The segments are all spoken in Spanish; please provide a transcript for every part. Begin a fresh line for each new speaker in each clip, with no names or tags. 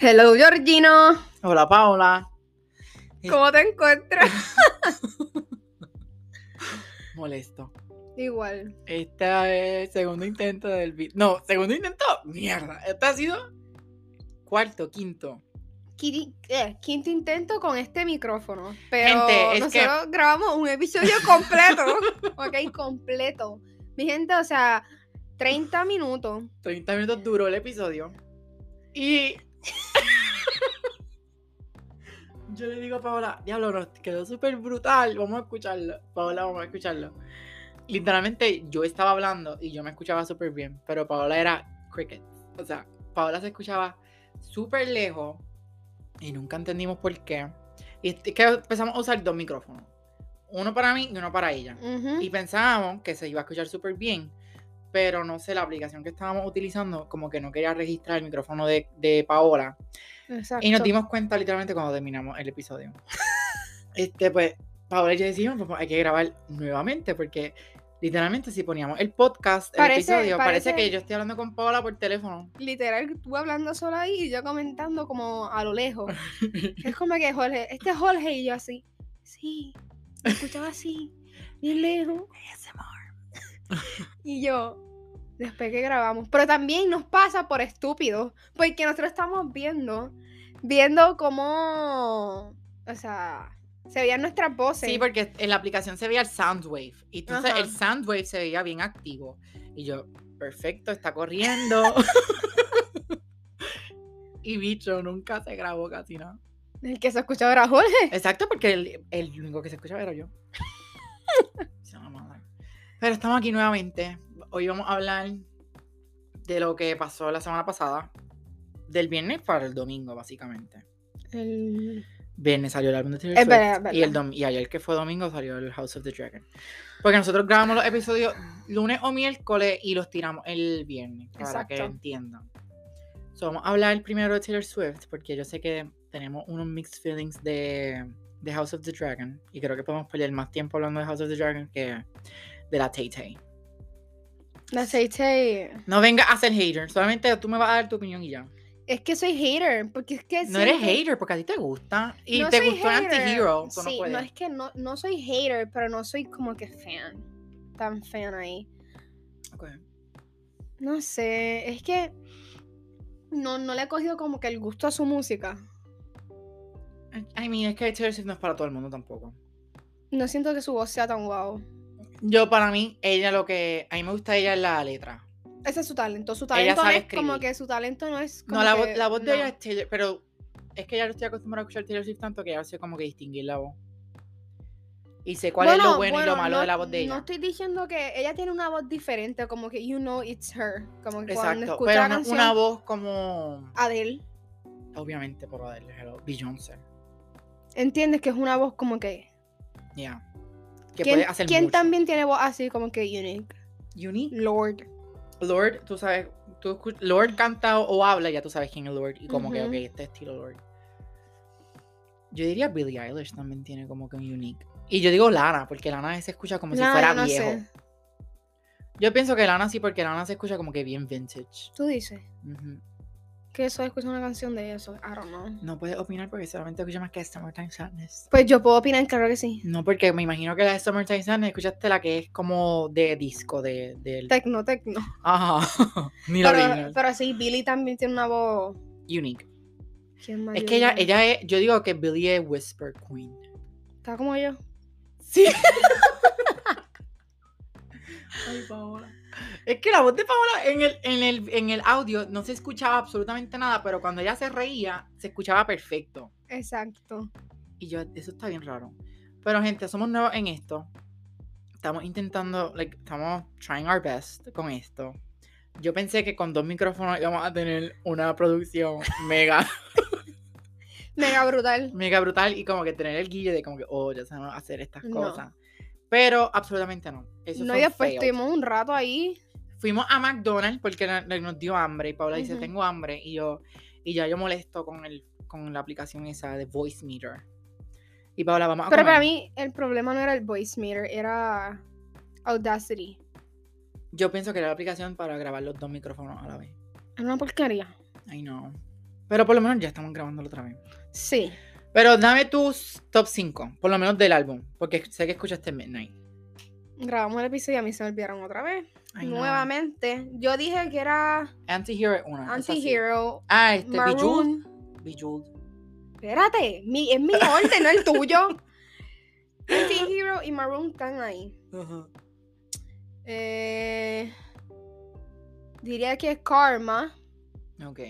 Hello, Georgino.
Hola Paola,
¿Cómo te encuentras?
molesto.
Igual.
Este es el segundo intento del video. No, segundo intento, mierda. Este ha sido cuarto, quinto.
Quiri- eh, Quinto intento con este micrófono. Pero
Gente, es
nosotros grabamos un episodio completo. ok, completo. Mi gente, o sea, 30 minutos.
30 minutos duró el episodio. Y. Yo le digo a Paola, diablo, nos quedó súper brutal. Vamos a escucharlo. Paola, vamos a escucharlo. Literalmente, yo estaba hablando y yo me escuchaba súper bien, pero Paola era cricket. O sea, Paola se escuchaba súper lejos y nunca entendimos por qué. Y es que empezamos a usar dos micrófonos: uno para mí y uno para ella
Ujú.
y pensábamos que se iba a escuchar súper bien, pero no sé, la aplicación que estábamos utilizando como que no quería registrar el micrófono de, de Paola.
Exacto.
Y nos dimos cuenta literalmente cuando terminamos el episodio. este, pues, Paola y yo decimos, pues, hay que grabar nuevamente porque literalmente si poníamos el podcast, el
Parece-
episodio, parece...
parece-
que yo estoy hablando con Paola por teléfono.
Literal, tú hablando sola ahí y yo comentando como a lo lejos. es como que Jorge, este es Jorge y yo así. Sí, me escuchaba así, bien lejos. Y yo, después que grabamos. Pero también nos pasa por estúpidos. Porque nosotros estamos viendo, viendo cómo, o sea, se veían nuestras voces.
Sí. porque en la aplicación se veía el Soundwave. Y entonces
Ajá.
el Soundwave se veía bien activo. Y yo, perfecto, está corriendo. y bicho, nunca se grabó casi nada.
El que se escuchaba era Jorge.
Exacto, porque el, el único que se escuchaba era yo. Se la madre. Pero estamos aquí nuevamente. Hoy vamos a hablar de lo que pasó la semana pasada. Del viernes para el domingo, básicamente.
El-
Viernes salió el álbum de Taylor
Es
Swift,
verdad, es
Y, el
verdad.
dom- y ayer que fue domingo salió el House of the Dragon. Porque nosotros grabamos los episodios lunes o miércoles y los tiramos el viernes, para que
Exacto.
entiendan. So, vamos a hablar primero de Taylor Swift, porque yo sé que tenemos unos mixed feelings de, de House of the Dragon. Y creo que podemos perder más tiempo hablando de House of the Dragon que de la Tay Tay.
el aceite.
No venga a ser hater, solamente tú me vas a dar tu opinión y ya.
Es que soy hater, porque es que...
No eres
siento-
hater porque a ti te gusta. Y
no
te
soy
gustó el
hater.
antihero. tú no
Sí, no,
puedes.
es que no, no soy hater, pero no soy como que fan. Tan fan ahí.
Ok.
No sé, es que no, no le he cogido como que el gusto a su música.
I mean, es que Taylor Swift no es para todo el mundo tampoco.
No siento que su voz sea tan guau.
Yo, para mí, ella lo que. A mí me gusta ella es la letra.
Ese es su talento. Su
Ella
talento no
sabe
es como
escribir.
que su talento no es como
No, la,
que-
voz, la voz
no.
de ella es Taylor. Pero es que ya estoy acostumbrada a escuchar Taylor Swift tanto que ya sé como que distinguir la voz. Y sé cuál es lo bueno, y lo malo
no-
de la voz de
No
ella.
estoy diciendo que ella tiene una voz diferente, como que you know it's her. Como que cuando
Exacto.
escucha
Pero
la
no-
canción
una voz como.
Adele,
Obviamente, por Adele, hello. Beyoncé.
entiendes que es una voz como que
Yeah. Que
¿Quién,
puede hacer
quién
mucho.
también tiene voz así como que unique?
Unique.
Lord.
Lord, tú sabes. Tú escu- Lord canta o, o habla, ya tú sabes quién es Lord. Y como
Ujú.
que, ok, este estilo Lord. Yo diría Billie Eilish también tiene como que un unique. Y yo digo Lana, porque Lana se escucha como si
Nah,
fuera
yo no
viejo.
sé.
Yo pienso que Lana sí, porque Lana se escucha como que bien vintage.
Tú dices
Ujú.
que eso es escuchar una canción de eso. I don't know.
No puedes opinar porque solamente escuchas más que Summertime Sadness.
Pues yo puedo opinar, claro que sí.
No, porque me imagino que la de Summertime Sadness escuchaste la que es como de disco, de, del...
Tecno, tecno.
Ajá, ni la
Pero,
original.
pero sí, Billy también tiene una voz.
Unique.
¿Quién más
Es
yo
que ella,
diría?
ella es, yo digo que Billie es Whisper Queen.
Está como yo.
Sí. Ay, Paola. Es que la voz de Paola en el, en, el, en el audio no se escuchaba absolutamente nada, pero cuando ella se reía, se escuchaba perfecto.
Exacto.
Y yo, eso está bien raro. Pero, gente, somos nuevos en esto. Estamos intentando, like, estamos trying our best con esto. Yo pensé que con dos micrófonos íbamos a tener una producción mega,
Mega brutal.
mega brutal y como que tener el guille de como que, oh, ya sabemos hacer estas
No.
cosas. Pero absolutamente no. Eso
No,
fue
y
un
después
fail.
estuvimos un rato ahí.
fuimos a McDonald's porque na- na- nos dio hambre y Paula dice
Ujú.
tengo hambre y yo y ya yo molesto con el con la aplicación esa de voice meter y Paula vamos a
Pero
comer".
para mí el problema no era el voice meter, era Audacity.
yo pienso que era la aplicación para grabar los dos micrófonos a la vez
Era una porquería.
I know Pero por lo menos ya estamos grabándolo otra vez.
Sí.
Pero dame tus top 5, por lo menos del álbum, porque sé que escuchaste Midnight.
Grabamos el episodio y a mí se me olvidaron otra vez.
Ay, no.
Nuevamente. Yo dije que era
Anti-Hero es una. esa sí.
Anti-Hero.
Ah, este, Bejeweled.
Maroon.
Bejeweled.
Espérate, mi- es mi orden, no el tuyo. Anti-Hero y Maroon están ahí.
Ujú.
Eh, diría que Karma,
Ok.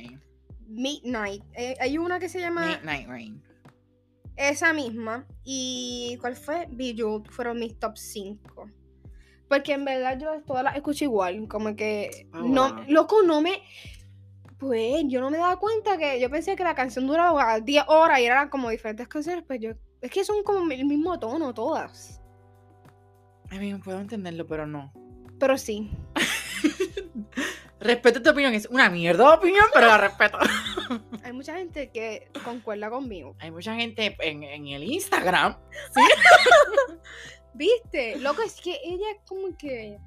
Midnight. Eh, hay una que se llama
Midnight Rain.
esa misma. ¿Y cuál fue? Bejeweled fueron mis top 5. Porque en verdad yo todas las escucho igual. Como que.
Ah,
no,
wow.
loco, no me. Pues yo no me daba cuenta que yo pensé que la canción duraba 10 horas y eran como diferentes canciones, pues yo. Es que son como el mismo tono todas.
I mean, puedo entenderlo, pero no.
Pero sí.
Respeto tu opinión, es una mierda de opinión, pero la respeto.
Hay mucha gente que concuerda conmigo.
Hay mucha gente en, en el Instagram.
¿Viste? Loco, es que ella es como que.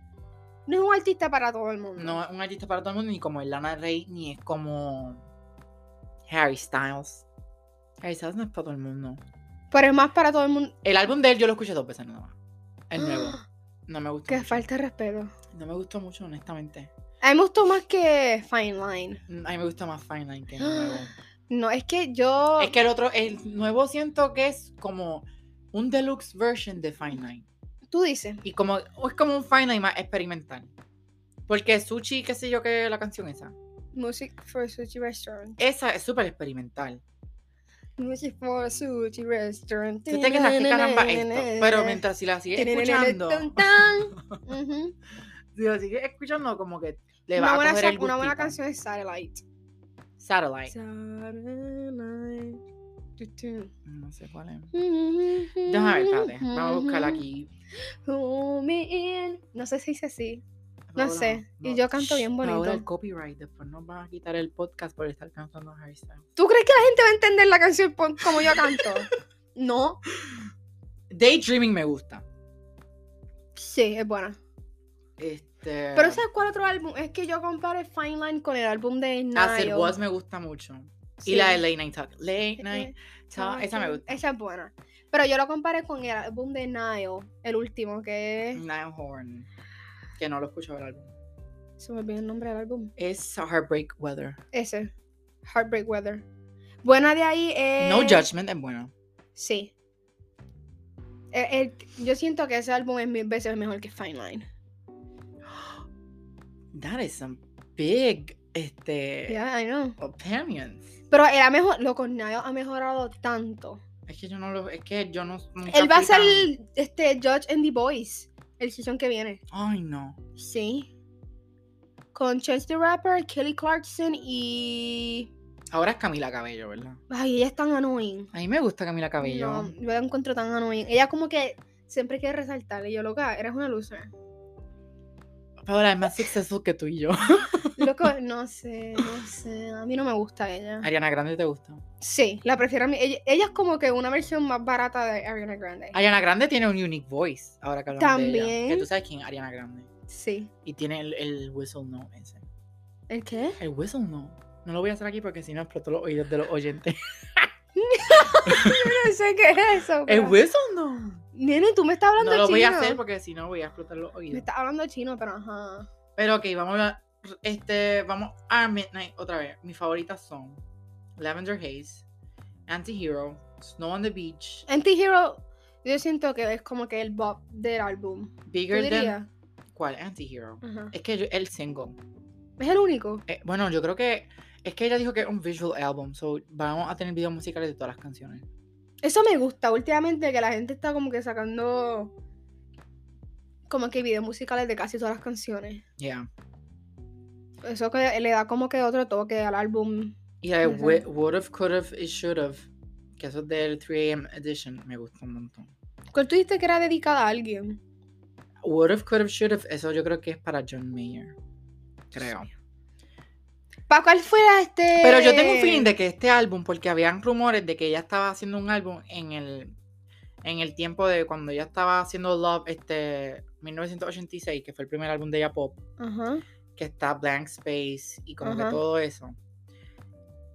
No es un artista para todo el mundo.
No es un artista para todo el mundo, ni como el Lana Rey, ni es como Harry Styles. Harry Styles no es para todo el mundo.
Pero es más para todo el mundo.
El álbum de él yo lo escuché dos veces nada más. El nuevo. No me gustó.
Que
mucho.
falta de respeto.
No me gustó mucho, honestamente.
A mí me gustó más que Fine Line.
Mm, A mí me gusta más Fine Line que el nuevo.
No, es que yo.
es que el otro, el nuevo siento que es como un deluxe version de Fine Line.
Tú dices.
Y como, o es como un Fine Line más experimental. Porque Sushi, qué sé yo, que la canción esa.
Music for Sushi Restaurant.
Esa es súper experimental.
Music for Sushi Restaurant.
Tú te quedas que caramba esto. Pero mientras si la sigues escuchando,
Tan, tan. Ujú.
si la sigues escuchando, como que le va
Una
a
buena
coger el
sa- una buena
gustito.
canción es Satellite.
Satellite.
Satellite. Tu, tu.
No sé cuál es. Déjame ver, espérate. Vamos a buscarla aquí.
Hold me in. No sé si dice así. No
Paola,
sé, y yo canto bien
Shh,
bonito.
Ahora el copyright, después nos van a quitar el podcast por estar cantando Harry Styles.
¿Tú crees que la gente va a entender la canción por- como yo canto? no.
Daydreaming me gusta.
Sí, es buena.
Este.
Pero ¿sabes cuál otro álbum? Es que yo comparé Fine Line con el álbum de
As It
Nile.
Was me gusta mucho.
Sí.
Y la de Late Night Talk. Late
Eh,
Night
ah,
Talk. Esa me
sí,
gusta.
Esa es buena. Pero yo lo comparé con el álbum de Nile, el último, que es...
Niall Horn. Que no lo escucho el álbum.
Se me olvidó el nombre del álbum.
Es Heartbreak Weather.
Ese. Heartbreak Weather. Buena de ahí es...
No Judgment es bueno.
Sí. El- el- yo siento que ese álbum es mil veces mejor que Fine Line.
That is some big este,
Yeah, I know.
opinions.
Pero él ha mejor, loco, Nile ha mejorado tanto.
Es que yo no lo. Es que yo no. nunca
Él va a
fui tan-
ser este Judge and the Boys el season que viene.
Ay, no.
Sí. Con Chance the Rapper, Kelly Clarkson y.
Ahora es Camila Cabello, ¿verdad?
Ay, ella es tan annoying.
A mí me gusta Camila Cabello.
No, yo la encuentro tan annoying. Ella como que siempre quiere resaltarle. Yo, loca, eres una loser.
Paola es más successful que tú y yo.
Loco, no sé, no sé. A mí no me gusta ella.
Ariana Grande te gusta.
Sí, la prefiero a mí. Ella, ella es como que una versión más barata de Ariana Grande.
Ariana Grande tiene un unique voice. Ahora que hablamos de ella. Que
También.
tú sabes quién es Ariana Grande.
Sí.
Y tiene el, el whistle no ese.
¿El qué?
El whistle no. No lo voy a hacer aquí porque si no exploto los oídos de los oyentes.
No sé qué es eso.
El
pero-
whistle no.
Nene, tú me estás hablando
No lo
chino.
voy a hacer porque si no voy a explotar los
Me
oídos.
estás hablando chino, pero ajá.
Pero ok, vamos a hablar- Este, vamos a Midnight otra vez. Mis favoritas son Lavender Haze, Anti-Hero, Snow on the Beach,
Anti-Hero, yo siento que es como que el bop del álbum. ¿Tú
Bigger Than.
dirías?
¿Cuál? Anti-Hero.
Ajá.
Es que yo- el single.
Es el único.
Eh, bueno, yo creo que es que ella dijo que es un visual album, so vamos a tener videos musicales de todas las canciones.
Eso me gusta últimamente, que la gente está como que sacando como que videos musicales de casi todas las canciones.
Yeah.
Eso que le da como que otro toque al álbum.
Y la de
Ujú.
Wou- Would Have, Could Have, It Should Have, que eso es del 3am edition, me gusta un montón.
¿Cuál tú dijiste que era dedicada a alguien?
Would Have, Could Have, Should Have, eso yo creo que es para John Mayer. Creo.
¿Para cuál fuera este?
Pero yo tengo un feeling de que este álbum, porque habían rumores de que ella estaba haciendo un álbum en el, en el tiempo de cuando ella estaba haciendo Love, este, 1986, que fue el primer álbum de ella pop.
Ajá.
que está Blank Space y como
Ajá.
que todo eso.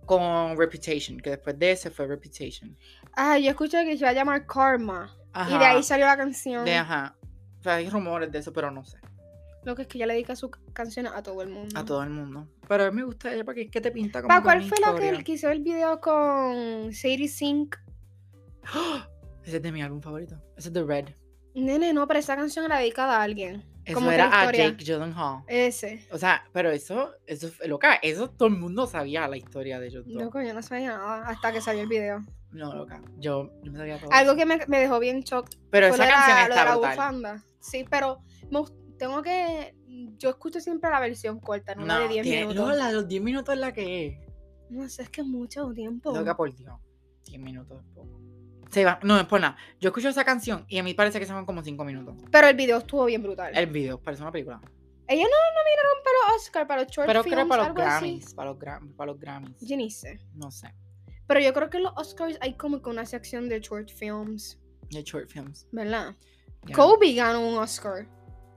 con Reputation, que después de ese fue Reputation.
Ah, yo escuché que se va a llamar Karma.
Ajá.
Y de ahí salió la canción.
de- ajá. O sea, hay rumores de eso, pero no sé.
Lo que es que ella le dedica sus canciones a todo el mundo.
A todo el mundo. Pero a mí me gusta ella porque es que te pinta como.
Pa,
con
¿Cuál
una
fue la que,
historia.
el que hizo el video con Sadie Sink?
¡Ah! Ese es de mi álbum favorito. Ese es The Red.
Nene, no, pero esa canción era dedicada a alguien.
Eso
Como que
era
la
a
historia.
Jake Gyllenhaal.
Ese.
O sea, pero eso, eso fue loca. Eso todo el mundo sabía la historia de ellos dos.
Loco, yo no sabía nada hasta que salió el video.
No, loca. Yo, yo me sabía todo.
Algo
eso.
que me, me dejó bien shock
Pero
fue
esa
lo de la-
canción
lo de
está
la
brutal.
bufanda. Sí, pero me gust- tengo que. Yo escucho siempre la versión corta, no, la de 10
tiene-
minutos.
No, la de los 10 minutos es la que es.
No sé, es que es mucho tiempo.
Loca, por Dios. 10 minutos es poco. Se va. No, es por nada. Yo escucho esa canción y a mí parece que se van como 5 minutos.
Pero el video estuvo bien brutal.
El video, parece una película.
Ellos no nominaron para los Oscar, para los short
Pero
films,
creo para los
algo así.
Grammys. Para los, Gram- para los Grammys.
Yo ni sé.
No sé.
Pero yo creo que en los Oscars hay como que una sección de short films,
De short films.
¿verdad?
Ya.
Kobe ganó un Oscar.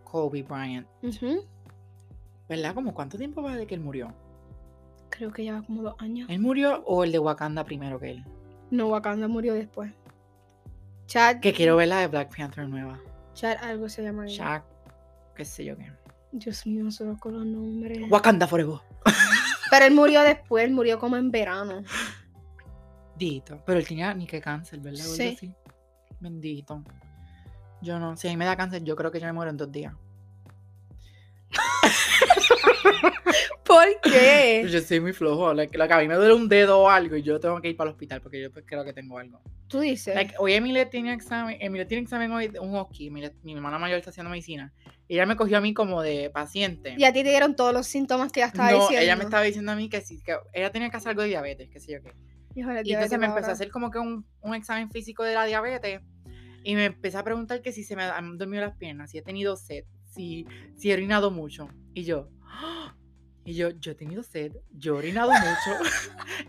Kobe Bryant.
Ujú.
¿Verdad? ¿Como cuánto tiempo va de que él murió?
Creo que lleva como dos años.
¿Él murió o el de Wakanda primero que él?
No, Wakanda murió después. Chad,
Que quiero ver la de Black Panther nueva.
Chad algo se llama. ella.
Shaq, qué sé yo qué.
Dios mío, solo con los nombres.
Wakanda Forever.
Pero él murió después, él murió como en verano.
Dito. Pero él tenía ni que cáncer, ¿verdad? O algo
Sí.
así. Bendito. Yo no. Si a mí me da cáncer, yo creo que yo me muero en dos días.
¿Por qué?
Yo soy muy flojo. Like, like, a mí me duele un dedo o algo y yo tengo que ir para el hospital porque yo pues, creo que tengo algo.
Tú dices.
Like, hoy Emilia tiene examen. Emilia tiene examen hoy, de un hockey. Emilia- mi hermana mayor está haciendo medicina. Y ella me cogió a mí como de paciente.
y a ti te dieron todos los síntomas que ya estaba
no,
diciendo.
ella me estaba diciendo a mí que, sí, que ella tenía que hacer algo de diabetes, qué sé yo qué.
Híjole,
Y entonces
diabetes
me empezó
ahora.
a hacer como que un, un examen físico de la diabetes y me empezó a preguntar que si se me han dormido las piernas, si he tenido sed, si, si he orinado mucho. Y yo, ¡ah! y yo, yo he tenido sed, yo he orinado mucho.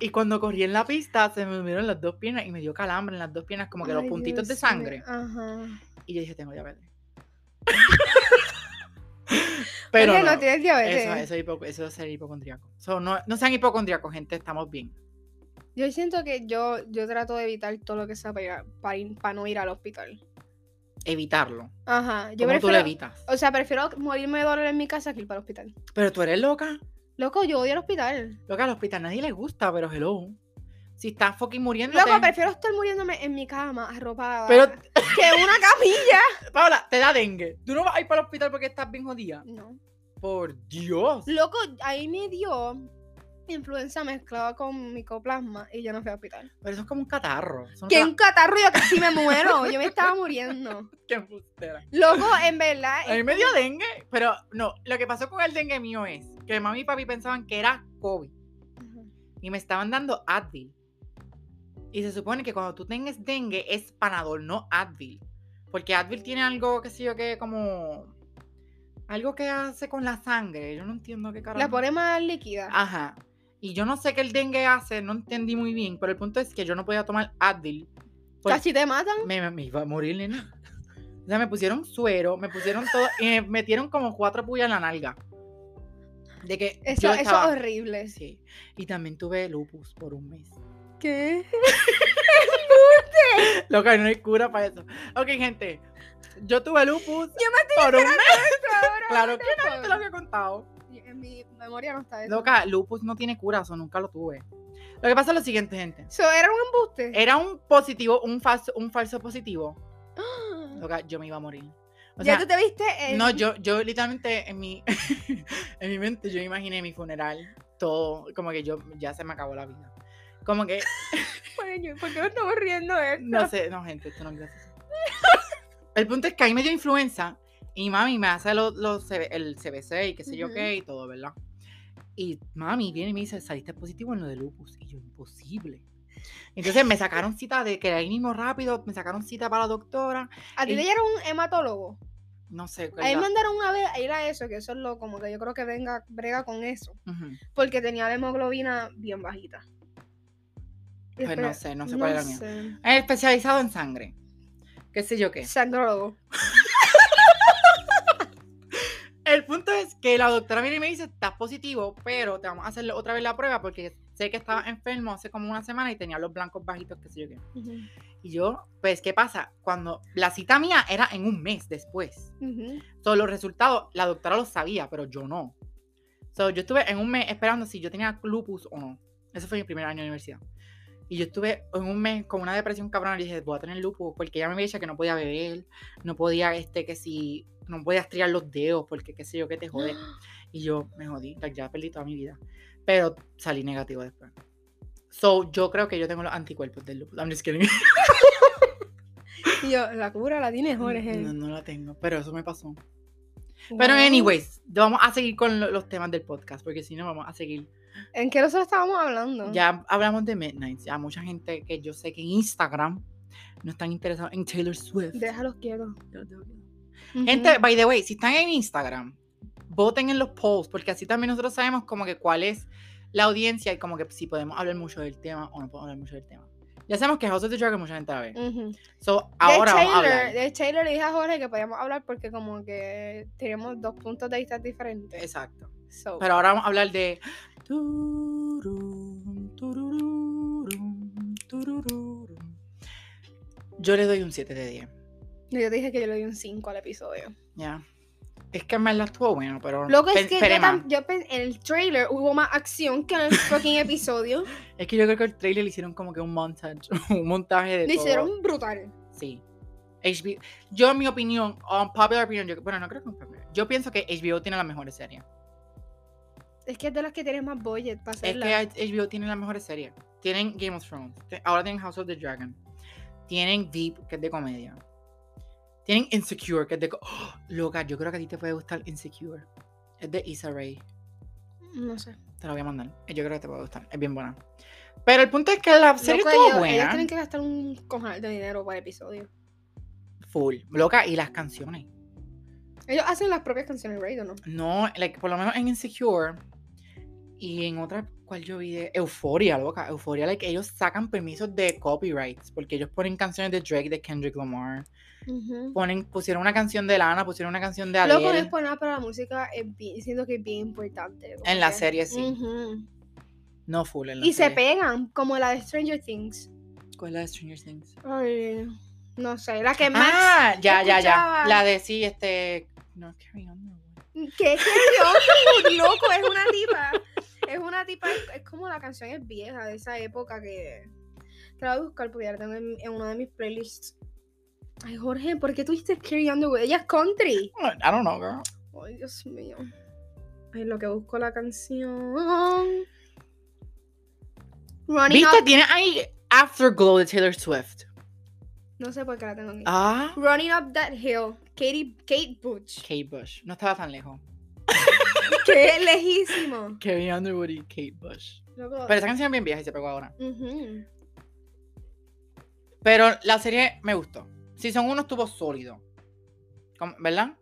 y cuando corrí en la pista se me durmieron las dos piernas y me dio calambre en las dos piernas, como que los
Ay,
puntitos
Dios
de
mío,
sangre.
Ajá.
Y yo dije, tengo diabetes.
Pero
Pero no,
no tienes eh. diabetes.
eso, eso, es hipo- eso es ser hipocondriaco. So, no, no sean hipocondriacos, gente, estamos bien.
Yo siento que yo, yo trato de evitar todo lo que sea para, ir a- para, ir- para no ir al hospital.
Evitarlo.
Ajá. Yo
¿Cómo tú lo
prefiero.
evitas?
O sea, prefiero morirme de dolor en mi casa que ir para el hospital.
Pero tú eres loca.
Loco, yo odio el hospital.
Loca, al hospital nadie le gusta, pero hello. Si estás fucking muriendo.
Loco, prefiero estar muriéndome en mi cama, arropada,
Pero-
que en una camilla.
Paula, te da dengue. Tú no vas a ir para el hospital porque estás bien jodida.
No.
Por Dios.
Loco, ahí me dio influenza mezclada con micoplasma y yo no fui al hospital.
Pero eso es como un catarro. Eso no te
Que un catarro yo casi me muero. Yo me estaba muriendo.
da- Qué embustera.
Loco, en verdad. eh,
A mí me dio dengue, pero no. Lo que pasó con el dengue mío es que mami y papi pensaban que era COVID
Ajá.
y me estaban dando Advil. Y se supone que cuando tú tengas dengue es Panadol, no Advil. Porque Advil tiene algo, qué sé yo, que como. Algo que hace con la sangre. Yo no entiendo qué carajo.
La pone más líquida.
Ajá. Y yo no sé qué el dengue hace, no entendí muy bien, pero el punto es que yo no podía tomar Advil. por-
Casi te matan.
Me, me- me iba a morir, nena. O sea, me pusieron suero, me pusieron todo, y me metieron como cuatro puyas en la nalga. De que
Eso,
yo
eso es
estaba-
horrible.
Sí. Y también tuve lupus por un mes.
¿Qué?
Loca, no hay cura para eso. Ok, gente. Yo tuve lupus por un mes. Claro que no, yo te lo había contado.
En mi memoria no está eso.
Loca, lupus no tiene cura, eso nunca lo tuve. Lo que pasa es lo siguiente, gente.
Eso era un embuste.
Era un positivo, un falso, un falso positivo. Loca, yo me iba a morir. O
¡Ah! ya
sea,
tú te viste. eh,
no, yo, yo literalmente en mi, en mi mente yo imaginé mi funeral, todo, como que yo ya se me acabó la vida. Como que,
Coño, ¿Por qué no estamos riendo de esto?
no sé, no, gente, esto no es gracioso. El punto es que ahí me dio influenza y mami me hace los el CBC y qué sé yo qué y todo, ¿verdad? Y mami viene y me dice, saliste positivo en lo de lupus. Y yo, imposible. Entonces me sacaron cita de que ahí mismo rápido, me sacaron cita para la doctora.
A ti
Y-
te llegaron un hematólogo.
No sé.
A mí
¿verdad?
me mandaron una vez a ir a eso, que eso es lo como que yo creo que venga, brega con eso.
Ujú.
Porque tenía la hemoglobina bien bajita. Y
Pues
espera-
no sé, no sé cuál era la mía.
sé.
Es especializado en sangre. Qué sé yo qué.
Sangrólogo.
El punto es que la doctora viene y me dice, estás positivo, pero te vamos a hacer otra vez la prueba porque sé que estabas enfermo hace como una semana y tenía los blancos bajitos, qué sé yo qué.
Ujú,
Y yo, pues, ¿qué pasa? Cuando la cita mía era en un mes después.
ujú.
Todos los resultados, la doctora los sabía, pero yo no. So, yo estuve en un mes esperando si yo tenía lupus o no. Ese fue mi primer año de universidad. Y yo estuve en un mes con una depresión cabrona y dije, voy a tener lupus, porque ella me había dicho que no podía beber, no podía, este, que si, no podía estriar los dedos, porque qué sé yo, que te jode. Y yo me jodí, like, ya perdí toda mi vida. Pero salí negativo después. So, yo creo que yo tengo los anticuerpos del lupus. I'm just kidding.
Y yo, la cura la tienes, Jorge.
No, no la tengo, pero eso me pasó. Pero, anyways, vamos a seguir con lo- los temas del podcast, porque si no, vamos a seguir.
¿En qué nosotros estábamos hablando?
Ya hablamos de Midnight, ya mucha gente que yo sé que en Instagram no están interesados en Taylor Swift.
Déjalos quietos.
Yo los dejo quietos.
Ujú.
Gente, by the way, si están en Instagram, voten en los polls, porque así también nosotros sabemos como que cuál es la audiencia y como que si podemos hablar mucho del tema o no podemos hablar mucho del tema. Ya sabemos que House of the Dragon mucha gente la ve.
Ujú.
So,
de
ahora vamos a
Taylor,
hablar.
de Taylor le dije a Jorge que podíamos hablar porque como que teníamos dos puntos de vista diferentes.
Exacto.
So,
Eh, Pero ahora vamos a hablar de. Tururum, turururum, turururum. Yo le doy un 7 de 10.
yo te dije que yo le di un 5 al episodio.
Ya. Es que me la estuvo bueno, pero.
Loco,
pe-
es que yo,
esperé más.
tam- yo pen- en el trailer hubo más acción que en el fucking episodio.
Es que yo creo que el trailer le hicieron como que un montaje. Un montaje de.
Lo
todo.
hicieron brutal.
Sí. HBO Yo, en mi opinión, on popular opinion, yo- bueno, no creo que unpopular. Yo pienso que HBO tiene las mejores series.
Es que es de las que tienes más budget para
Es
hacerla.
que HBO tiene las mejores series. Tienen Game of Thrones. te- Ahora tienen House of the Dragon. Tienen Deep, que es de comedia. Tienen Insecure, que es de. co- ¡Oh! Loca, yo creo que a ti te puede gustar Insecure. Es de Issa Rae.
No sé.
Te la voy a mandar. Eh, Yo creo que te puede gustar. Es bien buena. Pero el punto es que la serie
Loco,
estuvo
ellos- Ellos
buena.
tienen que gastar un cojonal de dinero por episodio.
Full. Loca, y las canciones.
Ellos hacen las propias canciones, ¿right? ¿O no?
No, like, por lo menos en Insecure. Y en otra, ¿cuál yo vi? De Euforia, loca. Euforia, like, ellos sacan permisos de copyrights. Porque ellos ponen canciones de Drake, de Kendrick Lamar.
Ujú.
ponen, pusieron una canción de Lana, pusieron una canción de
Loco, no es
Adele.
por nada, pero la música es bien, siento que es bien importante. como
en la
que-
serie sí.
Ujú.
No full en la
Y se
serie.
pegan, como la de Stranger Things.
¿Cuál es la de Stranger Things?
Ay, no sé, la que más.
Ah, ya, ya, ya.
escuchaba.
La de sí, este. No, Carrie Underwood.
¿Qué es que yo? Loco, es una tipa. Es una tipa, es- es como la canción es vieja de esa época que. Te la voy a buscar porque ya la tengo en, en una de mis playlists. Ay, Jorge, ¿por qué tuviste Carrie Underwood? Ella es country.
No, I don't know, girl.
Ay, Dios mío. Ay, lo que busco la canción. Running
¿Viste?
up.
Tiene ahí Afterglow de Taylor Swift.
No sé por qué la tengo aquí.
Ah.
Running up that hill. Katie, Kate Butch.
Kate Bush. No estaba tan lejos.
Qué lejísimo.
Carrie Underwood y Kate Bush.
Loco.
Pero esa canción es bien vieja y se pegó ahora.
ujú.
Pero la serie me gustó. Season 1 estuvo sólido. Como- ¿Verdad?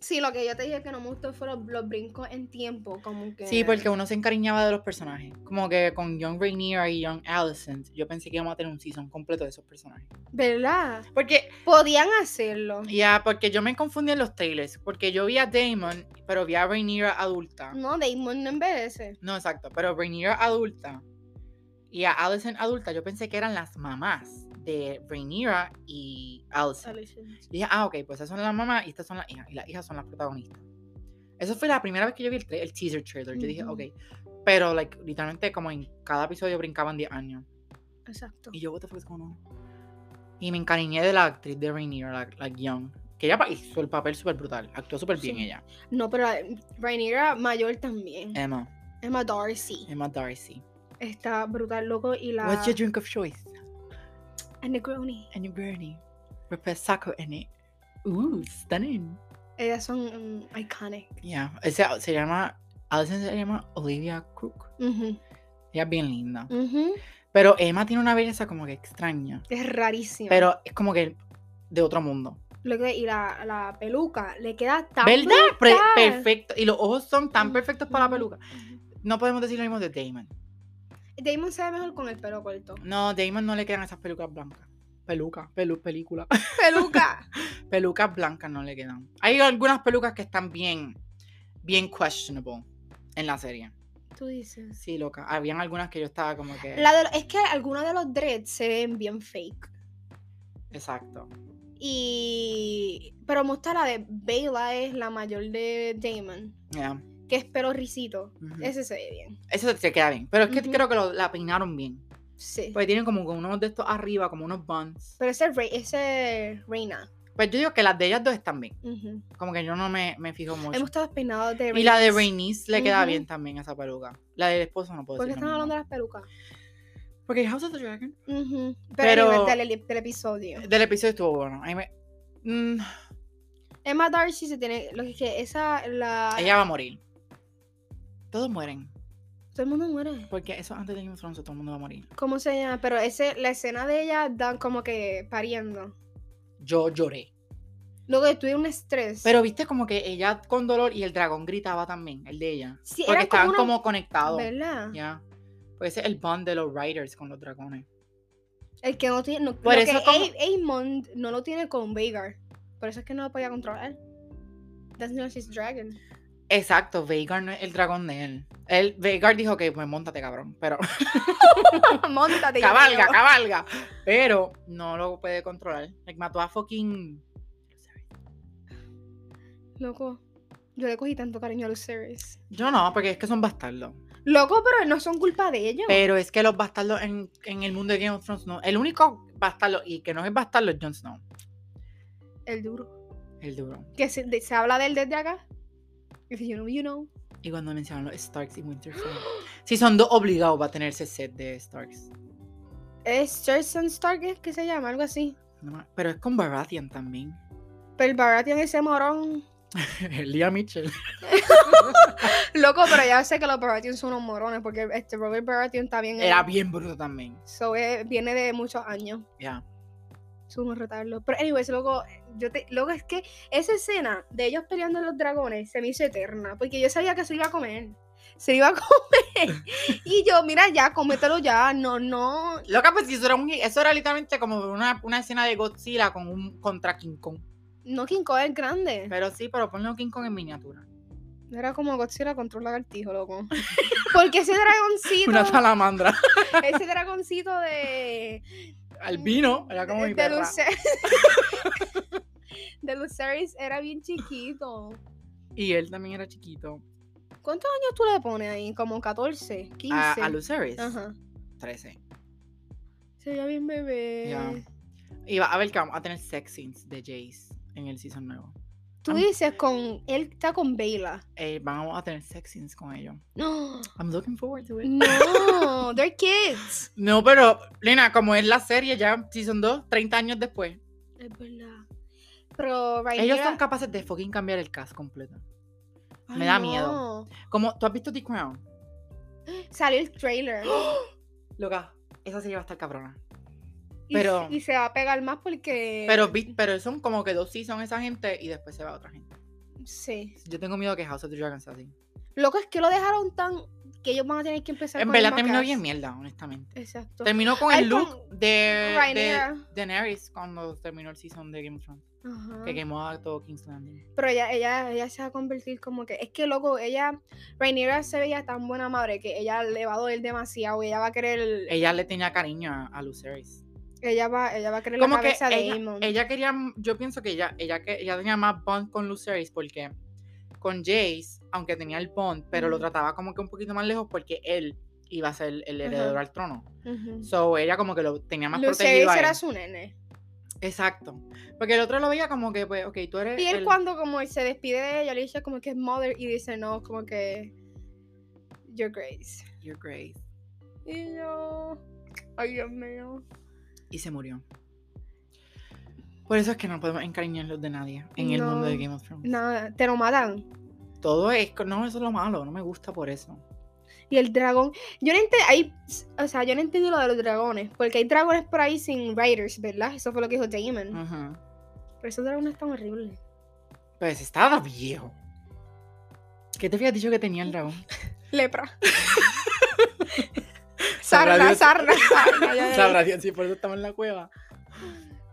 Sí, lo que yo te dije que no me gustó fueron los brincos en tiempo, como que...
Sí, porque uno se encariñaba de los personajes. Como que con Young Rainier y Young Allison, yo pensé que íbamos a tener un season completo de esos personajes.
¿Verdad?
Porque,
Podían hacerlo.
ya, porque yo me confundí en los trailers. Porque yo vi a Damon, pero vi a Rainier adulta.
No, Damon no envejece.
No, exacto, pero Rainier adulta y a Allison adulta, yo pensé que eran las mamás de Rainier y Allison. Y dije, ah, ok, pues esas son las mamás y estas son las hijas. Y las hijas son las protagonistas. Eso fue la primera vez que yo vi el, tra- el teaser trailer. Yo dije,
Ujú.
ok. Pero, like, literalmente, como en cada episodio brincaban 10 años.
Exacto.
Y yo, what the fuck is going on? Y me encariñé de la actriz de Rainier, la, la Young. Que ella pa- hizo el papel súper brutal. Actuó súper bien
Sí.
ella.
No, pero Rainiera mayor también.
Emma.
Emma Darcy.
Emma Darcy.
Está brutal, loco, y la...
Eh. What's your drink of choice?
a Negroni.
And your gurney. With Pesacco in it. Ooh, stunning.
Ellas son mm, iconic.
Yeah. Ese se llama... Alison se llama Olivia Crook.
Ujú,
Ella es bien linda.
ujú.
Pero Emma tiene una belleza como que extraña.
Es rarísimo.
Pero es como que de otro mundo.
Loco, y la, la peluca le queda tan...
¿Verdad? Pre-
brutal.
perfecto. Y los ojos son tan perfectos para la
Ujú,
peluca.
ujú.
No podemos decir lo mismo de Damon.
Damon se ve mejor con el pelo corto.
No, Damon no le quedan esas pelucas blancas. Peluca, pelu, película.
¡Peluca!
Pelucas blancas no le quedan. Hay algunas pelucas que están bien bien questionable en la serie.
Tú dices.
Sí, loca. Habían algunas que yo estaba como que.
La de lo- es que algunos de los dreads se ven bien fake.
Exacto.
Y. Pero me gusta la de Bella, es la mayor de Damon,
Yeah.
que es pelo ricito.
Ujú.
Ese se ve bien.
Eso se queda bien. Pero es que
Ujú.
creo que lo- la peinaron bien.
Sí.
Porque tienen como que unos de estos arriba, como unos buns.
pero ese, Rey- ese Reina.
Pues yo digo que las de ellas dos están bien.
Ujú.
Como que yo no me, me fijo
Me
mucho.
gustan los peinados de
Y la de
Reyes.
Rainis le queda
Ujú.
bien también esa peluca. La del esposo no puedo
¿Por qué
decir lo
están hablando
mismo.
de las pelucas?
Porque House of the Dragon.
Ujú.
Pero-
Pero, a nivel del, eli- del episodio.
Del episodio estuvo bueno. A mí me- Mm,
Emma Darcy se tiene. Lo que es que esa. La,
ella va a morir. Todos mueren.
Todo el mundo muere.
Porque eso antes de Game of Thrones, todo el mundo va a morir.
¿Cómo se llama? Pero ese, la escena de ella dan como que pariendo.
Yo lloré.
Luego de tuve un estrés.
Pero viste como que ella con dolor y el dragón gritaba también, el de ella.
Sí,
Porque
eran como
estaban como,
una-
conectados.
¿Verdad?
Ya. Pues ese es el bond de los writers con los dragones.
El que no tiene. No,
Por
lo
eso
que
como-
A- Aemond no lo tiene con Vhagar. Por eso es que no lo podía controlar. That's not his dragon.
Exacto, Vhagar no es el dragón de él. él Vhagar dijo que me montate, cabrón. Pero
Móntate. yo te
cabalga,
llevo.
cabalga. Pero no lo puede controlar. Like, mató a fucking.
Loco. Yo le cogí tanto cariño a los series.
Yo no, porque es que son bastardos.
Loco, pero no son culpa de ellos.
Pero es que los bastardos en, en el mundo de Game of Thrones no. El único bastardo y que no es bastardo es Jon Snow,
El duro.
el duro.
Que se, de- se habla de él desde acá. If you know, you know.
Y cuando mencionan los Starks y Winterfell. sí, son dos obligados va a tenerse set de Starks.
Es Jason Stark, es que se llama, algo así.
No ma- Pero es con Baratheon también.
Pero el Baratheon ese morón.
Elia Mitchell.
Loco, pero ya sé que los Baratheon son unos morones porque este Robert Baratheon también es-
Era bien bruto también.
so, eh, viene de muchos años.
Ya.
Sumo retarlo. Pero, anyways, loco, yo te, loco, es que esa escena de ellos peleando los dragones se me hizo eterna. Porque yo sabía que se iba a comer. Se iba a comer. y yo, mira, ya, cómetelo ya. No, no.
Loca, pues eso era, un- eso era literalmente como una, una escena de Godzilla con un, contra King Kong.
No, King Kong es grande.
Pero sí, pero ponle un King Kong en miniatura.
Era como Godzilla contra un lagartijo, loco. Porque ese dragoncito,
salamandra.
ese dragoncito de.
Albino. Era como mi
de
perra.
Lucer- de Lucerys era bien chiquito.
Y él también era chiquito.
¿Cuántos años tú le pones ahí? Como 14, 15.
A, a Lucerys.
Ajá.
13.
Se veía bien bebé.
Ya. Y va a ver que vamos a tener sex scenes de Jace en el season nuevo.
Tú
Am-
dices con. Él está con Bella.
Eh, vamos a tener sex scenes con ellos.
No.
I'm looking forward to it.
No. They're kids.
No, pero, Lena, como es la serie ya, season 2, 30 años después,
Es verdad. Pero Rhaenyra-
ellos son capaces de fucking cambiar el cast completo.
Ay,
me da
ah, no.
miedo. Como, ¿tú has visto The Crown?
Salió el trailer.
Loca, esa serie va a estar cabrona.
Y-
Pero-
Y, se va a pegar más porque.
Pero, vi- pero son como que dos seasons esa gente y después se va otra gente.
Sí.
Yo tengo miedo que House of the Dragon sea así.
Loco es que lo dejaron tan. Que ellos van a tener que empezar
En
con
verdad
el
terminó
macas.
bien mierda, honestamente.
Exacto.
Terminó con
Ay,
el
con
look de, de
Rhaenyra.
Daenerys cuando terminó el season de Game of Thrones.
Ajá.
Que quemó a todo King's Landing.
Pero ella, ella, ella se va a convertir como que. Es que, loco, ella. Rainiera se veía tan buena madre que ella le va a doler demasiado. Y ella va a querer.
Ella le tenía cariño a, a Lucerys.
Ella va, ella va a querer
Como
la
que
cabeza de
ella,
Damon.
ella quería, yo pienso que ella, ella, que ella tenía más bond con Lucerys porque con Jace, aunque tenía el bond, pero lo
Ujú.
trataba como que un poquito más lejos porque él iba a ser el heredero
Ajá.
al trono.
Ujú.
So ella como que lo tenía más
Lucerys
protegido. a
era
él.
su nene.
Exacto. Porque el otro lo veía como que, pues, ok, tú eres.
Y él
el-
cuando como él se despide de ella, le dice como que es mother y dice no, como que your grace.
You're Grace.
Y yo, ay Dios mío.
y se murió. Por eso es que no podemos encariñarlos de nadie en el mundo de
No.
Game of Thrones.
Nada, te lo matan.
Todo es. co- No, eso es lo malo. No me gusta por eso.
Y el dragón, yo no entendí, ahí, o sea, yo no entendí lo de los dragones, porque hay dragones por ahí sin riders, ¿verdad? Eso fue lo que dijo Damon.
Ah. Ajá.
Pero esos dragones están horribles.
Pues estaba viejo. ¿Qué te habías dicho que tenía el dragón?
Lepra. sarna,
Sabrá Dios.
sarna, sarna, ya, ya, ya.
Dios si por eso estaba en la cueva.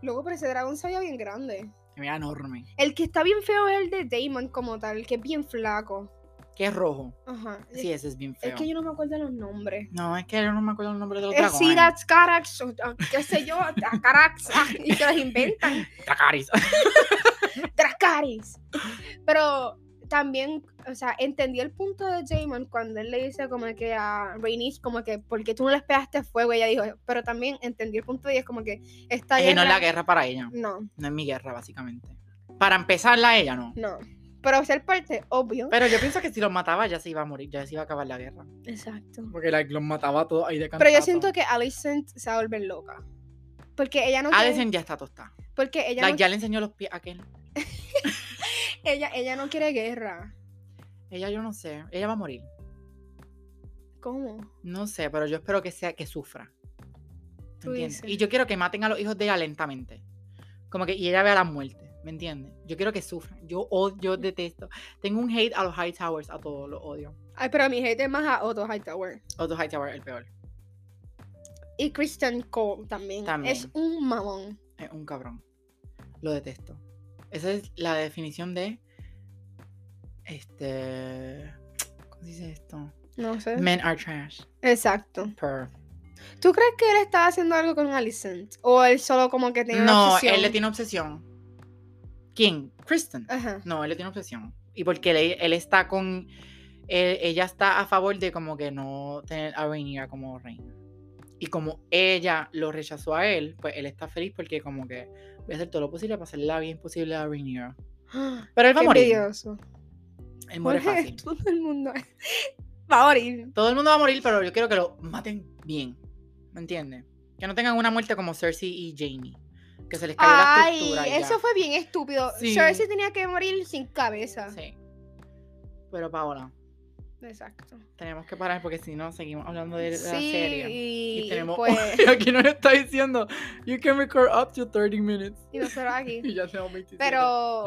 Luego, pero ese dragón se veía bien grande.
Mira, enorme.
El que está bien feo es el de Damon como tal, que es bien flaco.
que es rojo.
Ajá.
Sí, ese es bien feo.
Es que yo no me acuerdo los nombres.
No, es que yo no me acuerdo el nombre de los
Es
dragones.
Sirach, Carax, o- o qué sé yo, a- a Carax, ah, y que las inventan.
Dracarys.
Dracaris. Pero también, o sea, entendí el punto de Jaemon cuando él le dice como que a Rhaenys como que porque tú no les pegaste fuego, ella dijo, pero también entendí el punto de ella, es como que esta
Es que no es la
guerra-
guerra para ella.
No,
No es mi guerra, básicamente. Para empezarla ella, no.
no. Pero ser parte, obvio.
Pero yo pienso que si los mataba ya se iba a morir, ya se iba a acabar la guerra.
Exacto.
Porque like, los mataba todos ahí de
Pero yo siento que Alicent se va a volver loca. Porque ella no quiere,
ya está tostada.
porque ella
Like,
no,
ya le enseñó los pies a aquel.
ella, ella no quiere guerra.
Ella yo no sé. Ella va a morir.
¿Cómo?
No sé, pero yo espero que sea que sufra.
Tú
¿Me entiendes? Y
dices.
yo quiero que maten a los hijos de ella lentamente. Como que y ella vea la muerte, ¿me entiendes? Yo quiero que sufra. Yo odio, yo detesto. Tengo un hate a los High Towers, a todos los odio.
Ay, pero mi gente es más a Otto Hightower.
Otto Hightower el peor.
Y Christian Cole también.
También.
Es un mamón.
Es un cabrón. Lo detesto. Esa es la definición de este ¿cómo se dice esto?
No sé.
Men are trash.
Exacto.
Per.
¿Tú crees que él estaba haciendo algo con Alicent? ¿O él solo como que tenía una
No,
obsesión? Ah.
él le tiene obsesión. ¿Quién? Kristen.
Ajá.
No, él le tiene obsesión. Y porque él, él está con. él- ella está a favor de como que no tener a Rhaenyra como reina. Y como ella lo rechazó a él, pues él está feliz porque como que voy a hacer todo lo posible para hacerle la vida imposible a Rhaenyra. Pero él va
Qué
a morir.
envidioso.
Él muere
Jorge,
fácil.
Todo el mundo va a morir.
Todo el mundo va a morir, pero yo quiero que lo maten bien. ¿Me entiendes? Que no tengan una muerte como Cersei y Jamie. Que se les cayó la
Ay,
estructura. y ya.
eso fue bien estúpido.
Sí.
Cersei tenía que morir sin cabeza.
Sí. Pero Paola,
Exacto.
tenemos que parar porque si no seguimos hablando de la
sí,
serie.
y,
Y
y
tenemos
pues,
aquí nos está diciendo you can record up to 30 minutes
y nosotros aquí.
y ya tenemos 27
Pero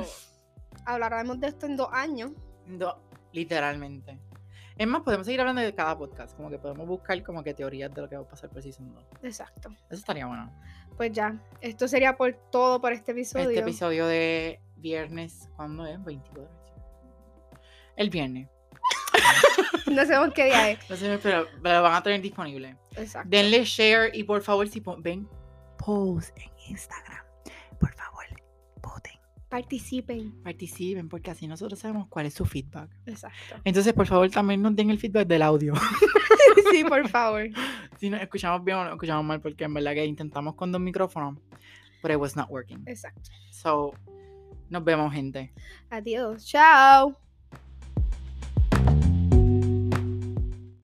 hablaremos de esto en dos años.
No, literalmente es más podemos seguir hablando de cada podcast como que podemos buscar como que teorías de lo que va a pasar por season 2
Exacto.
eso estaría bueno
Pues ya, esto sería por todo por este episodio.
este episodio de viernes ¿cuándo es? 24 el viernes
No sabemos qué día es.
no sé, pero pero lo van a tener disponible
Exacto.
denle share y por favor si pon- ven post en Instagram por favor voten
Participen.
participen porque así nosotros sabemos cuál es su feedback
Exacto.
Entonces, por favor, también nos den el feedback del audio.
sí, por favor.
si nos escuchamos bien o nos escuchamos mal, porque en verdad que intentamos con dos micrófonos, pero it was not working.
Exacto.
So, nos vemos, gente.
Adiós. Chao.